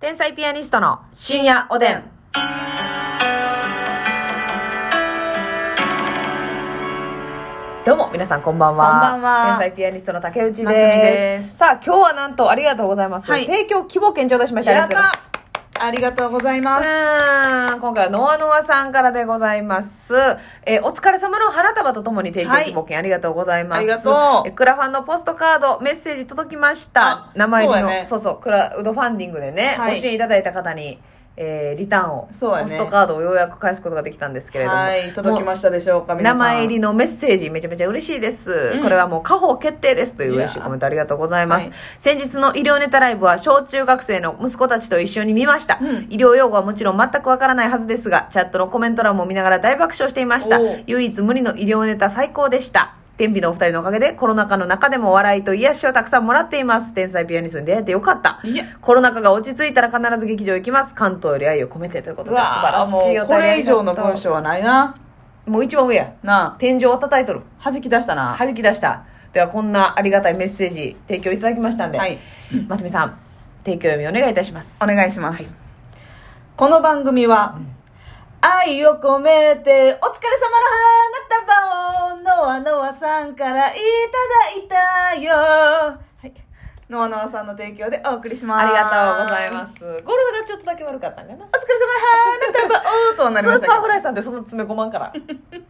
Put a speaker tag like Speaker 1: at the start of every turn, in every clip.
Speaker 1: 天才ピアニストの深夜おでん。どうも、皆さんこんばんは。
Speaker 2: こんばんは
Speaker 1: 天才ピアニストの竹内
Speaker 2: ま
Speaker 1: で。
Speaker 2: すみですす
Speaker 1: さあ、今日はなんとありがとうございます。
Speaker 2: はい
Speaker 1: 提供希望券頂戴しました。あり
Speaker 2: や
Speaker 1: が
Speaker 2: っ
Speaker 1: とうございます
Speaker 2: たありがとうございます。
Speaker 1: うーん今回はノアノアさんからでございます。えーお疲れ様の花束とともに提供希望券ありがとうございます。
Speaker 2: ありがとう
Speaker 1: えークラファンのポストカード、メッセージ届きました
Speaker 2: あ。
Speaker 1: 名前入りの
Speaker 2: そ
Speaker 1: そ
Speaker 2: うや
Speaker 1: う,、
Speaker 2: ね
Speaker 1: そうクラウドファンディングでね、
Speaker 2: はい
Speaker 1: ご支援いただいた方に、えーリターンを、
Speaker 2: そうや
Speaker 1: ポス
Speaker 2: ね
Speaker 1: トカードをようやく返すことができたんですけれども。
Speaker 2: はい、届きま
Speaker 1: し
Speaker 2: したでしょうか、
Speaker 1: 名
Speaker 2: 皆さん。
Speaker 1: 前入りのメッセージめちゃめちゃ嬉しいです、
Speaker 2: うん
Speaker 1: これはもう家宝決定ですという嬉しい
Speaker 2: いやー
Speaker 1: コメントありがとうございます、
Speaker 2: はい
Speaker 1: 先日の医療ネタライブは小中学生の息子たちと一緒に見ました、
Speaker 2: うん
Speaker 1: 医療用語はもちろん全くわからないはずですがチャットのコメント欄も見ながら大爆笑していました
Speaker 2: おう
Speaker 1: 唯一無二の医療ネタ最高でした天日のお二人のおかげでコロナ禍の中でも笑いと癒しをたくさんもらっています天才ピアニストに出会えてよかった
Speaker 2: いや
Speaker 1: コロナ禍が落ち着いたら必ず劇場行きます関東より愛を込めてということ
Speaker 2: う
Speaker 1: で素晴
Speaker 2: わ
Speaker 1: ら
Speaker 2: あも
Speaker 1: しいお
Speaker 2: うこ
Speaker 1: 便りあ
Speaker 2: れ
Speaker 1: り
Speaker 2: 以
Speaker 1: がとう
Speaker 2: 上の文章はないな。
Speaker 1: もう一番上や
Speaker 2: な
Speaker 1: 天井を叩いとる
Speaker 2: あ、弾き出したな。
Speaker 1: 弾き出したではこんなありがたいメッセージ提供いただきましたんで、
Speaker 2: はい。
Speaker 1: ますみさん提供読みお願いいたします
Speaker 2: お願いします。この番組は、愛を込めて、お疲れ様の花束を、ノアノアさんからいただいたよ。はい。ノアノアさんの提供でお送りしま
Speaker 1: あ
Speaker 2: す。
Speaker 1: りがとうございますゴールドがちょっとだけ悪かったんかな
Speaker 2: お疲れ様の花束をとなりま
Speaker 1: ス
Speaker 2: し
Speaker 1: ー
Speaker 2: たけ
Speaker 1: パ
Speaker 2: ど
Speaker 1: ーフライさんってそんな詰め込まん からお疲れ様ですって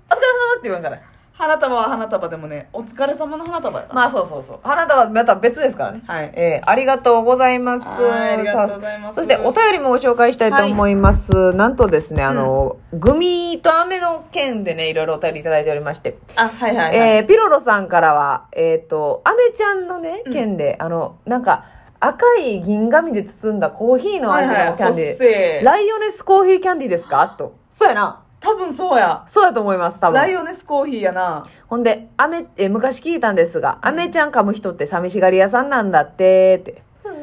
Speaker 1: 言わんから
Speaker 2: 花束は花束でもねお疲れ様の花束やな、
Speaker 1: まあそうそうそう花束はまた別ですからね
Speaker 2: はい
Speaker 1: えーありがとうございます
Speaker 2: はいありがとうございます
Speaker 1: さあそしてお便りもご紹介したいと思います、なんとですねあの、グミと飴の件でねいろいろお便りいただいておりまして
Speaker 2: あはいはいはい、
Speaker 1: えーピロロさんからは、えっ、と、アメちゃんのね、件で、あの、なんか、赤い銀紙で包んだコーヒーの
Speaker 2: はい
Speaker 1: 味
Speaker 2: はい
Speaker 1: のキャンディー。
Speaker 2: ほっせー
Speaker 1: ライオネスコーヒーキャンディーですかと。そうやな。
Speaker 2: 多分そうや
Speaker 1: そうやと思います、多
Speaker 2: ライ
Speaker 1: 分。
Speaker 2: オネスコーヒーやな
Speaker 1: ほんで、アメ、えー昔聞いたんですが、アメちゃん噛む人って寂しがり屋さんなんだって、って。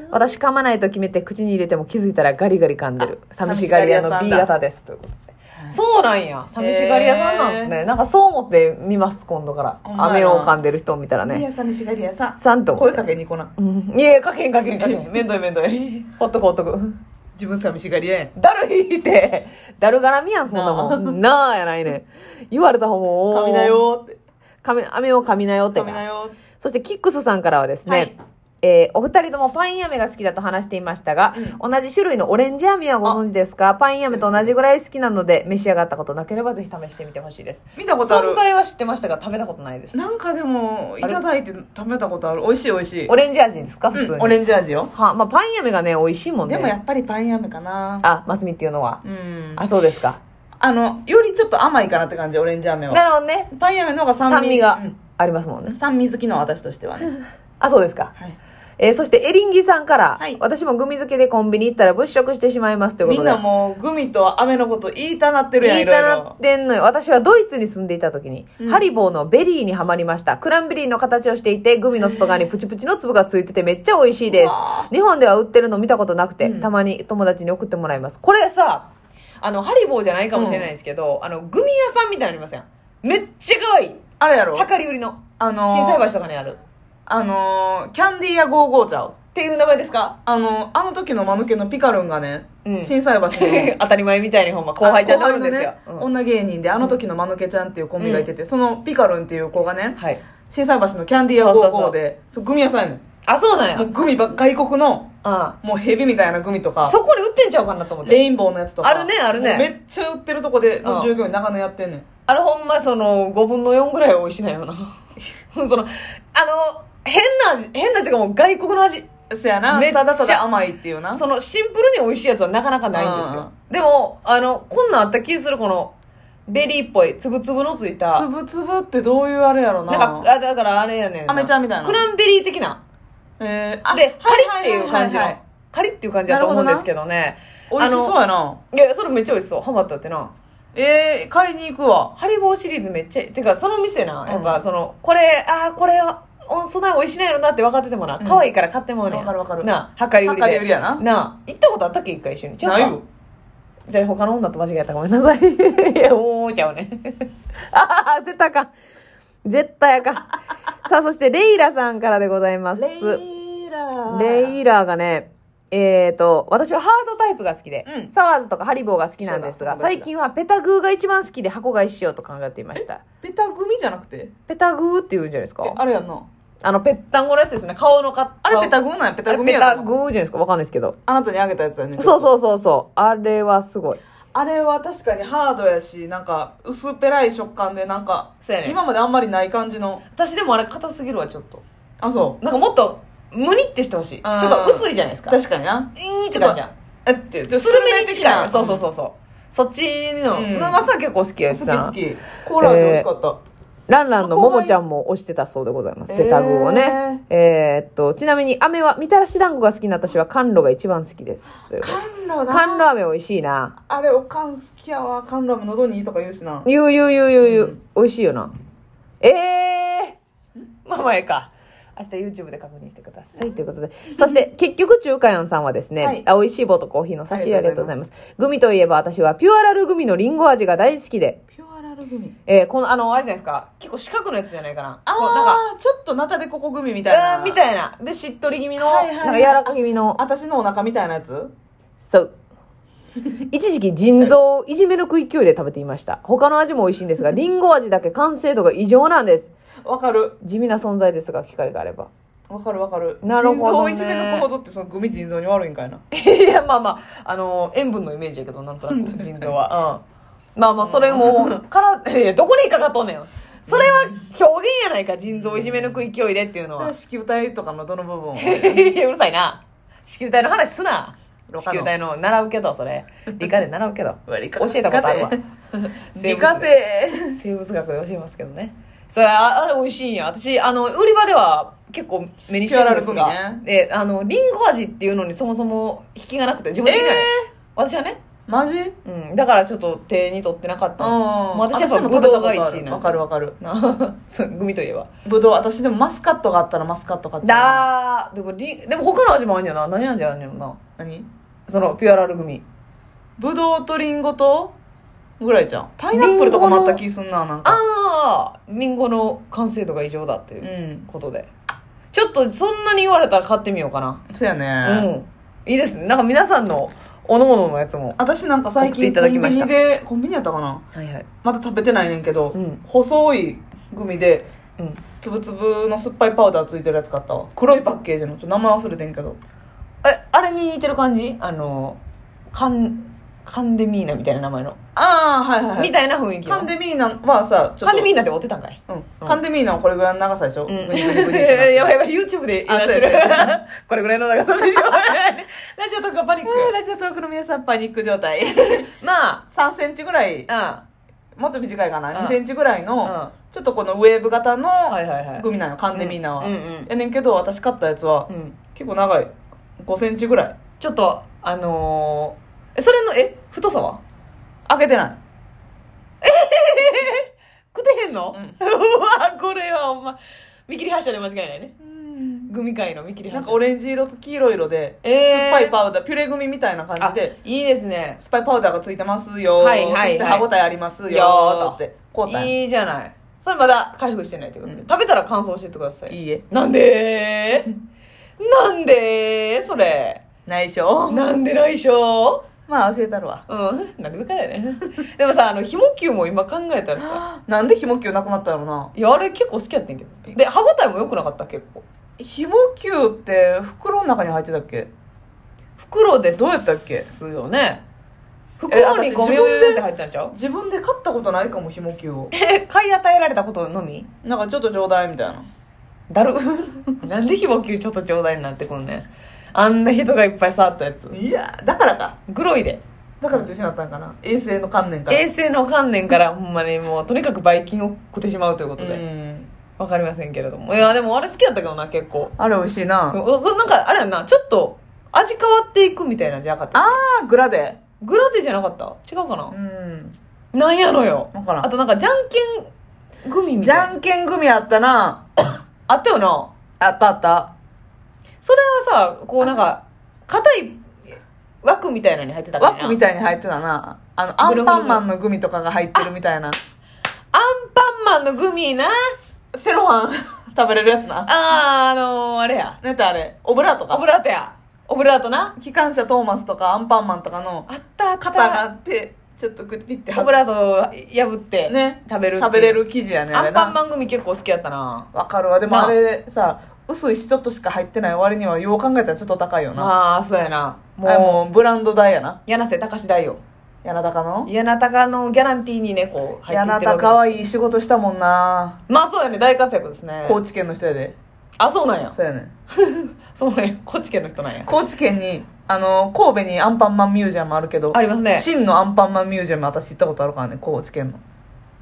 Speaker 1: 私噛まないと決めて口に入れても気づいたらガリガリ噛んでる。寂しがり屋の B
Speaker 2: 寂しがり屋さんだ
Speaker 1: 型です。ということで。そうなんや。寂しがり屋さんなんですね。なんかそう思って見ます、今度から。
Speaker 2: ほんまやな
Speaker 1: 飴を噛んでる人を見たらね。
Speaker 2: いや寂しがり屋さん
Speaker 1: さんと思っ
Speaker 2: 声
Speaker 1: て。
Speaker 2: かけに来な
Speaker 1: うん。いや、かけんかけんかけ ん。めんどいめんどい。ほっとくほっとく。
Speaker 2: 自分寂しがり屋やん
Speaker 1: だるいって。だるがらみやん、そんなもん。 なあやないね。言われた方も。
Speaker 2: 髪だ。よーって
Speaker 1: 髪、飴を髪なよってか。
Speaker 2: 髪だよー
Speaker 1: そして、キックスさんからはですね、
Speaker 2: はい
Speaker 1: えーお二人ともパイン飴が好きだと話していましたが、同じ種類のオレンジ飴はご存知ですかパイン飴と同じぐらい好きなので、召し上がったことなければぜひ試してみてほしいです。
Speaker 2: 見たことある
Speaker 1: 存在は知ってましたが、食べたことないです。
Speaker 2: なんかでもいただいて食べたことある美味しい美味しい
Speaker 1: オレンジ味ですか普通に。
Speaker 2: うんオレンジ味よ
Speaker 1: は、まあ、パイン飴がね、美味しいもんね。
Speaker 2: でもやっぱりパイン飴かな
Speaker 1: あ、マスミっていうのは。
Speaker 2: うん
Speaker 1: あ、そうですか。
Speaker 2: あのよりちょっと甘いかなって感じオレンジ飴
Speaker 1: な
Speaker 2: は
Speaker 1: るほどね。
Speaker 2: パイン飴の方が酸味
Speaker 1: 酸味が
Speaker 2: うん
Speaker 1: ありますもんね。
Speaker 2: 酸味好きの私として はね
Speaker 1: あ、そうですか。
Speaker 2: はい
Speaker 1: えーそしてエリンギさんから、
Speaker 2: はい
Speaker 1: 私もグミ漬けでコンビニ行ったら物色してしまいますというこ
Speaker 2: み
Speaker 1: と
Speaker 2: ん
Speaker 1: で。
Speaker 2: なもうグミと飴のこと言いたなってるやん
Speaker 1: 言い
Speaker 2: いろ
Speaker 1: た
Speaker 2: い
Speaker 1: な
Speaker 2: ろ
Speaker 1: ってんのよ。私はドイツに住んでいた時に、
Speaker 2: うん
Speaker 1: ハリボーのベリーにはまりました。クランベリーの形をしていて、グミの外側にプチプチの粒がついててめっちゃ美味しいで
Speaker 2: う
Speaker 1: す
Speaker 2: わ。
Speaker 1: 日本では売ってるの見たことなくて、
Speaker 2: うん
Speaker 1: たまに友達に送ってもらいます。これさ、あの、ハリボーじゃないかもしれないですけど、あの、グミ屋さんみたいなのありませんめっちゃ可愛い。
Speaker 2: あれやろ
Speaker 1: 量り売りの。
Speaker 2: あのー
Speaker 1: 心斎橋とかにある。
Speaker 2: あのーキャンディーやゴーゴーちゃう
Speaker 1: っていう名前ですか
Speaker 2: あのーあの時の間抜けのピカルンがね、
Speaker 1: うん
Speaker 2: 心斎橋の
Speaker 1: 当たり前みたいにほん ま後輩ちゃんになるんですよ
Speaker 2: 後。輩のね
Speaker 1: うん
Speaker 2: 女芸人であの時の間抜けちゃんっていうコンビがいてて、そのピカルンっていう子がね
Speaker 1: はい。
Speaker 2: 心斎橋のキャンディーやゴーゴーでそうグミ屋さんやね
Speaker 1: あ、そうなん
Speaker 2: ん
Speaker 1: や。
Speaker 2: もうグミば外国の
Speaker 1: あ
Speaker 2: もうヘビみたいなグミと
Speaker 1: あ
Speaker 2: か
Speaker 1: そこに売ってんちゃうかなと思って。
Speaker 2: レインボーのやつとか
Speaker 1: あるねあるね
Speaker 2: もうめっちゃ売ってるとこで
Speaker 1: うん
Speaker 2: の従業員長年やってんねん
Speaker 1: あれほんまその5分の4ぐらいは美味しないよ な。その、あの、変な味、変な味がもう外国の味。
Speaker 2: そやな
Speaker 1: めっちゃ
Speaker 2: ただただ甘いっていうな
Speaker 1: そのシンプルに美味しいやつはなかなかないんです
Speaker 2: うんう
Speaker 1: よ
Speaker 2: ん。
Speaker 1: でも、あの、こんなんあった気するこの、ベリーっぽい、つぶつぶのつい
Speaker 2: つ
Speaker 1: た。
Speaker 2: ぶつぶってどういうあれやろな
Speaker 1: なんか、あだからあれやねんな。
Speaker 2: 飴ちゃんみたいな
Speaker 1: クランベリー的な。
Speaker 2: えーあ
Speaker 1: で、カリ
Speaker 2: は
Speaker 1: っていう感じ
Speaker 2: ははは
Speaker 1: の。カリっていう感じだと思うんですけどね。
Speaker 2: 美味しそうやない
Speaker 1: や、それめっちゃ美味しそう。ハマったってな。
Speaker 2: えー、買いに行くわ
Speaker 1: ハリボーシリーズめっちゃいい。てか、その店な、
Speaker 2: ん
Speaker 1: やっぱ、その、これ、ああ、これは、おそんな美味しないのなって分かっててもな、
Speaker 2: うん
Speaker 1: 可愛いから買ってもうねん。
Speaker 2: わかるわかる
Speaker 1: なあ、量り売りで。
Speaker 2: 量り売りやな
Speaker 1: なあ、行ったことあったっけ一回一緒に。ちゃうか
Speaker 2: ないよ
Speaker 1: じゃあ他の女と間違えたらごめんな さい。いや、もうちゃうね。ああ、絶対あかん。絶対あかん。さあ、そして、レイラさんからでございます。
Speaker 2: レイラー
Speaker 1: レイラーがね、えっ、と、私はハードタイプが好きで、
Speaker 2: うん
Speaker 1: サワーズとかハリボーが好きなんですが、
Speaker 2: そうだ
Speaker 1: 最近はペタグーが一番好きで箱買いしようと考えていました。
Speaker 2: ペタ組じゃなくて
Speaker 1: ペタグーって言うんじゃないです
Speaker 2: え
Speaker 1: か
Speaker 2: あれやんな
Speaker 1: あの、ぺったんこのやつですね。顔のか
Speaker 2: あれペタ
Speaker 1: グ
Speaker 2: 組なんやペ
Speaker 1: あ
Speaker 2: タ
Speaker 1: れ
Speaker 2: 組
Speaker 1: ペ
Speaker 2: やんな
Speaker 1: タグーじゃないですかわかんないですけど。
Speaker 2: あなたにあげたやつやね
Speaker 1: そうそうそうそう。あれはすごい。
Speaker 2: あれは確かにハードやしなんか薄っぺらい食感でなんか
Speaker 1: そうやね
Speaker 2: 今まであんまりない感じの
Speaker 1: 私でもあれ硬すぎるわ、ちょっと。
Speaker 2: あそう
Speaker 1: なんかもっと、無理ってしてほしい。ちょ
Speaker 2: あー
Speaker 1: っと薄いじゃないですか。
Speaker 2: 確かにない
Speaker 1: いって
Speaker 2: ちょ
Speaker 1: 感
Speaker 2: っと
Speaker 1: じゃ
Speaker 2: えって
Speaker 1: ん。スルメに近い。そうそう
Speaker 2: う
Speaker 1: そうそう。そっちの、
Speaker 2: うん
Speaker 1: まあ、まさ結構好きやし
Speaker 2: 好き
Speaker 1: さ
Speaker 2: 好。きコーラ味美味しかった、
Speaker 1: ランランのももちゃんも推してたそうでございます。
Speaker 2: えー
Speaker 1: ペタグをね。えーっと、ちなみに飴は、みたらし団子が好きな私は甘露が一番好きです。ということで
Speaker 2: 甘露な
Speaker 1: 甘露飴美味しいな。
Speaker 2: あれおかん好きやわ甘露も喉にいいとか言うしな
Speaker 1: ゆうゆうゆうゆうゆう、
Speaker 2: うん
Speaker 1: 美味しいよな。ええー、まあまあええか。明日 YouTube で確認してください。ということで。そして、結局、中華やんさんはですね、
Speaker 2: はい
Speaker 1: あ美味しい棒とコーヒーの差し入れあ
Speaker 2: あ
Speaker 1: り
Speaker 2: り
Speaker 1: が
Speaker 2: が
Speaker 1: と
Speaker 2: と
Speaker 1: う
Speaker 2: う
Speaker 1: ご
Speaker 2: ご
Speaker 1: ざ
Speaker 2: ざ
Speaker 1: い
Speaker 2: い
Speaker 1: ます。グミといえば私はピュアラルグミのリンゴ味が大好きで、
Speaker 2: ピュアラルグミ
Speaker 1: えー、この、あの、あれじゃないですか。結構四角のやつじゃないかな。
Speaker 2: あ
Speaker 1: こうなんか
Speaker 2: あーちょっとナタデココグミみたいな
Speaker 1: うんみたいな。で、しっとり気味の、
Speaker 2: はいはい
Speaker 1: なんか柔らか気味の。
Speaker 2: 私のお腹みたいなやつ
Speaker 1: そう。一時期腎臓をいじめの勢いで食べていました。他の味も美味しいん ですが、リンゴ味だけ完成度が異常なんです。
Speaker 2: わかる
Speaker 1: 地味な存在ですが、機会があれ ば。
Speaker 2: わかるわかる
Speaker 1: なるほどね
Speaker 2: 腎臓をいじめるほどってそのグミ腎臓に悪いんかいない
Speaker 1: や、まあまあ、あの、塩分のイメージやけど、なんとな く、腎臓は。うん。まあまあ、それ も、から、いや、どこに引っかかっとんねん。それは表現やないか、腎臓をいじめ抜く勢いでっていうの
Speaker 2: それ
Speaker 1: は
Speaker 2: は。子宮体とかのどの部分を
Speaker 1: いやうるさいな。子宮体の話すな。
Speaker 2: ろ
Speaker 1: 子
Speaker 2: 過の
Speaker 1: 宮体の習うけど、それ。理科で習うけど。
Speaker 2: 教え
Speaker 1: 教えたことあるわ。
Speaker 2: 理科
Speaker 1: 生物
Speaker 2: 生
Speaker 1: で生物学で教えますけどね。それ、ああれ美味しいんや。私、あの、売り場では結構目にしてるんです
Speaker 2: ピュアラ
Speaker 1: が
Speaker 2: ルグ、ミ
Speaker 1: で、あの、リンゴ味っていうのにそもそも引きがなくて、自分的にはね、私はね、
Speaker 2: マジうん
Speaker 1: うん、だからちょっと手に取ってなかったの。私
Speaker 2: 私
Speaker 1: やっぱ
Speaker 2: も食べたことある
Speaker 1: ブドウが一位なんで
Speaker 2: わかるわかる
Speaker 1: なそう、グミといえば。
Speaker 2: ブドウ私でもマスカットがあったらマスカット買って
Speaker 1: だー、でもリン、でも他の味もあんねやな。何味あんねやろな。
Speaker 2: 何
Speaker 1: その、ピュアラルグミ。
Speaker 2: ブドウとリンゴとぐらいじゃんパイナップルとかもあった気すんななんか
Speaker 1: あー、リンゴの完成度が異常だっていううんことで。ちょっと、そんなに言われたら買ってみようかな。
Speaker 2: そうやね
Speaker 1: うん。いいですね。なんか皆さんの、おのおののやつも。
Speaker 2: 私なんか最
Speaker 1: 送っていた
Speaker 2: 近コ
Speaker 1: だ
Speaker 2: ン
Speaker 1: き
Speaker 2: ビ
Speaker 1: ました
Speaker 2: ニでコンビニやったかな
Speaker 1: はいはい。
Speaker 2: まだ食べてないねんけど
Speaker 1: うん
Speaker 2: 細いグミで
Speaker 1: うん。
Speaker 2: つぶつぶの酸っぱいパウダーついてるやつ買ったわ黒いパッケージのちょっと名前忘れてんけど
Speaker 1: え、あれに似てる感じあの、カン、カンデミーナみたいな名前の。
Speaker 2: ああはいはい、は
Speaker 1: み
Speaker 2: い、
Speaker 1: たいな雰囲気の。
Speaker 2: カンデミーナはさちょっと
Speaker 1: カンデミーナって追ってたんかい。
Speaker 2: うん、カンデミーナはこれぐらいの長さでしょ、
Speaker 1: うん。やば
Speaker 2: グ
Speaker 1: い
Speaker 2: ニグニグニってなって
Speaker 1: やばい、YouTube でいらっしゃる
Speaker 2: あそうやね。
Speaker 1: これぐらいの長さでしょ。ラジオとかパニッ
Speaker 2: うん
Speaker 1: ク。
Speaker 2: ラジオトークの皆さんパニック状態
Speaker 1: ま
Speaker 2: 3センチぐらい
Speaker 1: あ、
Speaker 2: もっと短いかな
Speaker 1: うん
Speaker 2: 2センチぐらい
Speaker 1: うん。う
Speaker 2: の、
Speaker 1: ん。は
Speaker 2: ちょっとこのウェーブ型の
Speaker 1: いはいはい。
Speaker 2: グミなのカンデミーナは、
Speaker 1: うんうん
Speaker 2: やねんけど私買ったやつは
Speaker 1: うん。うん。
Speaker 2: 結構長い5センチぐらい
Speaker 1: ちょっと、あのー、えそれの、え、太さは
Speaker 2: 開けてない
Speaker 1: 食てへんの、
Speaker 2: う
Speaker 1: わ、これはほんま、見切り発車で間違いないね。グミ界の見切り
Speaker 2: な
Speaker 1: 発
Speaker 2: ん
Speaker 1: 車
Speaker 2: かオレンジ色と黄色い色で、
Speaker 1: えー
Speaker 2: 酸っぱいパウダーピュレグミみたいな感じで
Speaker 1: いいですね
Speaker 2: 酸っぱいパウダーがついてますよ、
Speaker 1: はいはいはい
Speaker 2: そして歯応えありますよ
Speaker 1: よーと
Speaker 2: ってこうたんや
Speaker 1: いいじゃないそれまだ開封してないってことで、
Speaker 2: うん
Speaker 1: 食べたら感想教えてください
Speaker 2: いいえ
Speaker 1: なんでなんでそれ
Speaker 2: 内緒
Speaker 1: なんで内緒
Speaker 2: まあ教えたるわ
Speaker 1: うんなんでもいいからやねでもさあのひもきゅうも今考えたらさ
Speaker 2: なんでひもきゅうなくなったんやろない
Speaker 1: やあれ結構好きやってんけどで歯応えも良くなかった結構
Speaker 2: ひもきゅうって袋の中に入ってたっけ
Speaker 1: 袋です
Speaker 2: どうやったっけ
Speaker 1: ですよね袋に
Speaker 2: え私
Speaker 1: ゴミをって入ったんちゃう
Speaker 2: 自分で買ったことないかもひもきゅうを
Speaker 1: え 買い与えられたことのみ
Speaker 2: なんかちょっとちょうだいみたいな
Speaker 1: だる なんでひもきゅうちょっとちょうだいになってくんねんあんな人がいっぱい触ったやつ
Speaker 2: いやーだからか
Speaker 1: グロいで
Speaker 2: だから中止になったんかな衛生の観念から
Speaker 1: 衛生の観念からほんまにもうとにかくばい菌を食ってしまうということ
Speaker 2: う
Speaker 1: で
Speaker 2: ん
Speaker 1: わかりませんけれどもいやでもあれ好きやったけどな結構
Speaker 2: あれ美味しいな
Speaker 1: おそなんかあれやんなちょっと味変わっていくみたいなんじゃなかった
Speaker 2: ああグラデ
Speaker 1: グラデじゃなかった違うかな、
Speaker 2: うん
Speaker 1: なんやのよ
Speaker 2: 分から
Speaker 1: あ
Speaker 2: ん
Speaker 1: となんかじゃんけんグミみ
Speaker 2: じ
Speaker 1: たい
Speaker 2: ゃ
Speaker 1: なん
Speaker 2: けん組あったな
Speaker 1: あったよな
Speaker 2: あったあった
Speaker 1: それはさこうなんか硬い枠みたいなのに入ってたから
Speaker 2: ワ
Speaker 1: な
Speaker 2: ックみたいに入ってたなあのアンパンマンのグミとかが入ってるみたいな
Speaker 1: アンパンマンのグミな
Speaker 2: セロハン 食べれるやつな
Speaker 1: あー、あのー、あれや。
Speaker 2: なんてあれオブラート
Speaker 1: オブ
Speaker 2: か
Speaker 1: ラートや。オブラートな
Speaker 2: 機関車トーマスとかアンパンマンとかの
Speaker 1: あったあった
Speaker 2: 型があってちょっとグッピッて
Speaker 1: オブラートを破って、
Speaker 2: ね
Speaker 1: 食べるっていう
Speaker 2: 食べれる生地やねあ
Speaker 1: ア
Speaker 2: れ
Speaker 1: ンパン
Speaker 2: な
Speaker 1: マン組結構好きやったな
Speaker 2: わかるわでも
Speaker 1: なあ
Speaker 2: あれさ薄いしちょっとしか入ってない割にはよう考えたらちょっと高いよな
Speaker 1: まあそうやな
Speaker 2: あれも
Speaker 1: も
Speaker 2: うブランド代やな
Speaker 1: う柳瀬隆だよ
Speaker 2: 柳高の
Speaker 1: 柳高のギャランティーにねこう入っていっ
Speaker 2: 柳
Speaker 1: てるわけです
Speaker 2: 高はいい仕事したもんな
Speaker 1: まあそうやね大活躍ですね
Speaker 2: 高知県の人やで
Speaker 1: あそうなんや
Speaker 2: そうやねん
Speaker 1: そうなんや高知県の人なんや
Speaker 2: 高知県にあの神戸にアンパンマンミュージアムあるけど
Speaker 1: ありますね
Speaker 2: 真のアンパンマンミュージアム私行ったことあるからね高知県の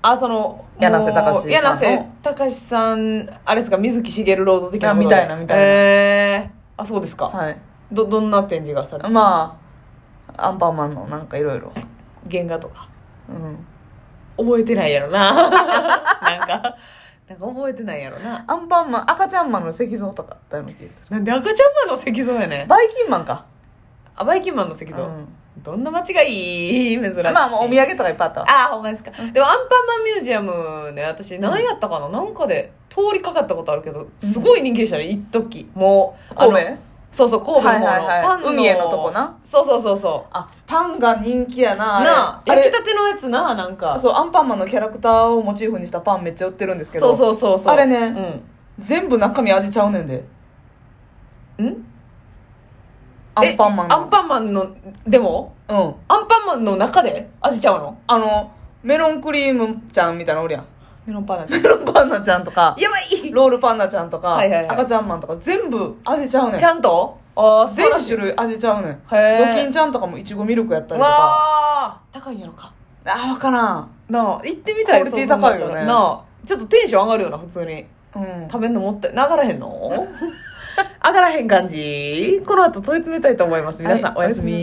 Speaker 1: あその
Speaker 2: 柳瀬隆さんの
Speaker 1: もう柳瀬隆さんあれですか水木しげるロード的な
Speaker 2: あ
Speaker 1: こと
Speaker 2: みたいなみたいな
Speaker 1: えー、あそうですか、
Speaker 2: はい
Speaker 1: どどんな展示がされてる
Speaker 2: まあアンパンマンのなんかいろいろ
Speaker 1: 原画とか
Speaker 2: うん
Speaker 1: 覚えてないやろな なんかなんか覚えてないやろな
Speaker 2: アンパンマン赤ちゃんマンの石像とかあったような気がす
Speaker 1: なんで赤ちゃんマンの石像やね
Speaker 2: る
Speaker 1: ん
Speaker 2: バイキンマンか、
Speaker 1: あバイキンマンの石
Speaker 2: う
Speaker 1: 像、
Speaker 2: ん、
Speaker 1: どんな街がいい珍しい
Speaker 2: まあもうお土産とかいっぱいあったわ
Speaker 1: ああ、ほんまですか。でも、アンパンマンミュージアムね、私、何やったかな、なんかで、通りかかったことあるけど、すごい人気でしたね、一時もう、あの
Speaker 2: 神戸
Speaker 1: そうそう、神戸の方の、
Speaker 2: はいはいはい
Speaker 1: パンの。
Speaker 2: 海へのとこな。
Speaker 1: そうそうそうそう。
Speaker 2: あパンが人気やなあれ
Speaker 1: なあ、
Speaker 2: あ
Speaker 1: 焼き
Speaker 2: れ
Speaker 1: たてのやつな、なんか。
Speaker 2: そうアンパンマンのキャラクターをモチーフにしたパンめっちゃ売ってるんですけど
Speaker 1: そうそうそうそう。
Speaker 2: あれね
Speaker 1: う
Speaker 2: 全部中身味ちゃうねんで
Speaker 1: ん。ん
Speaker 2: アンパンマン
Speaker 1: えアンパンマンの、でも
Speaker 2: うん
Speaker 1: アンパンマンの中で味ちゃうの
Speaker 2: あのメロンクリームちゃんみたいなのおるやん
Speaker 1: メロンパンナちゃ
Speaker 2: メロンパンナちゃんとか
Speaker 1: ん。やばい
Speaker 2: ロールパンナちゃんとか、
Speaker 1: はいはいはい
Speaker 2: 赤ちゃんマンとか全部味ちゃうねん
Speaker 1: ちゃんとああ、
Speaker 2: 全
Speaker 1: そうらしい
Speaker 2: 種類味ちゃうね
Speaker 1: へ
Speaker 2: んド
Speaker 1: え。
Speaker 2: キンちゃんとかもいちごミルクやったりとか
Speaker 1: わあ、高いんやろか。
Speaker 2: あー分からん
Speaker 1: なあ行ってみたい
Speaker 2: クオリティ高いよね
Speaker 1: そんなんだったらなあちょっとテンション上がるよな普通に
Speaker 2: うん
Speaker 1: 食べんのもったいながら へんの上がらへん感じこの後問い詰めたいと思います皆さん、
Speaker 2: はい
Speaker 1: おやすみ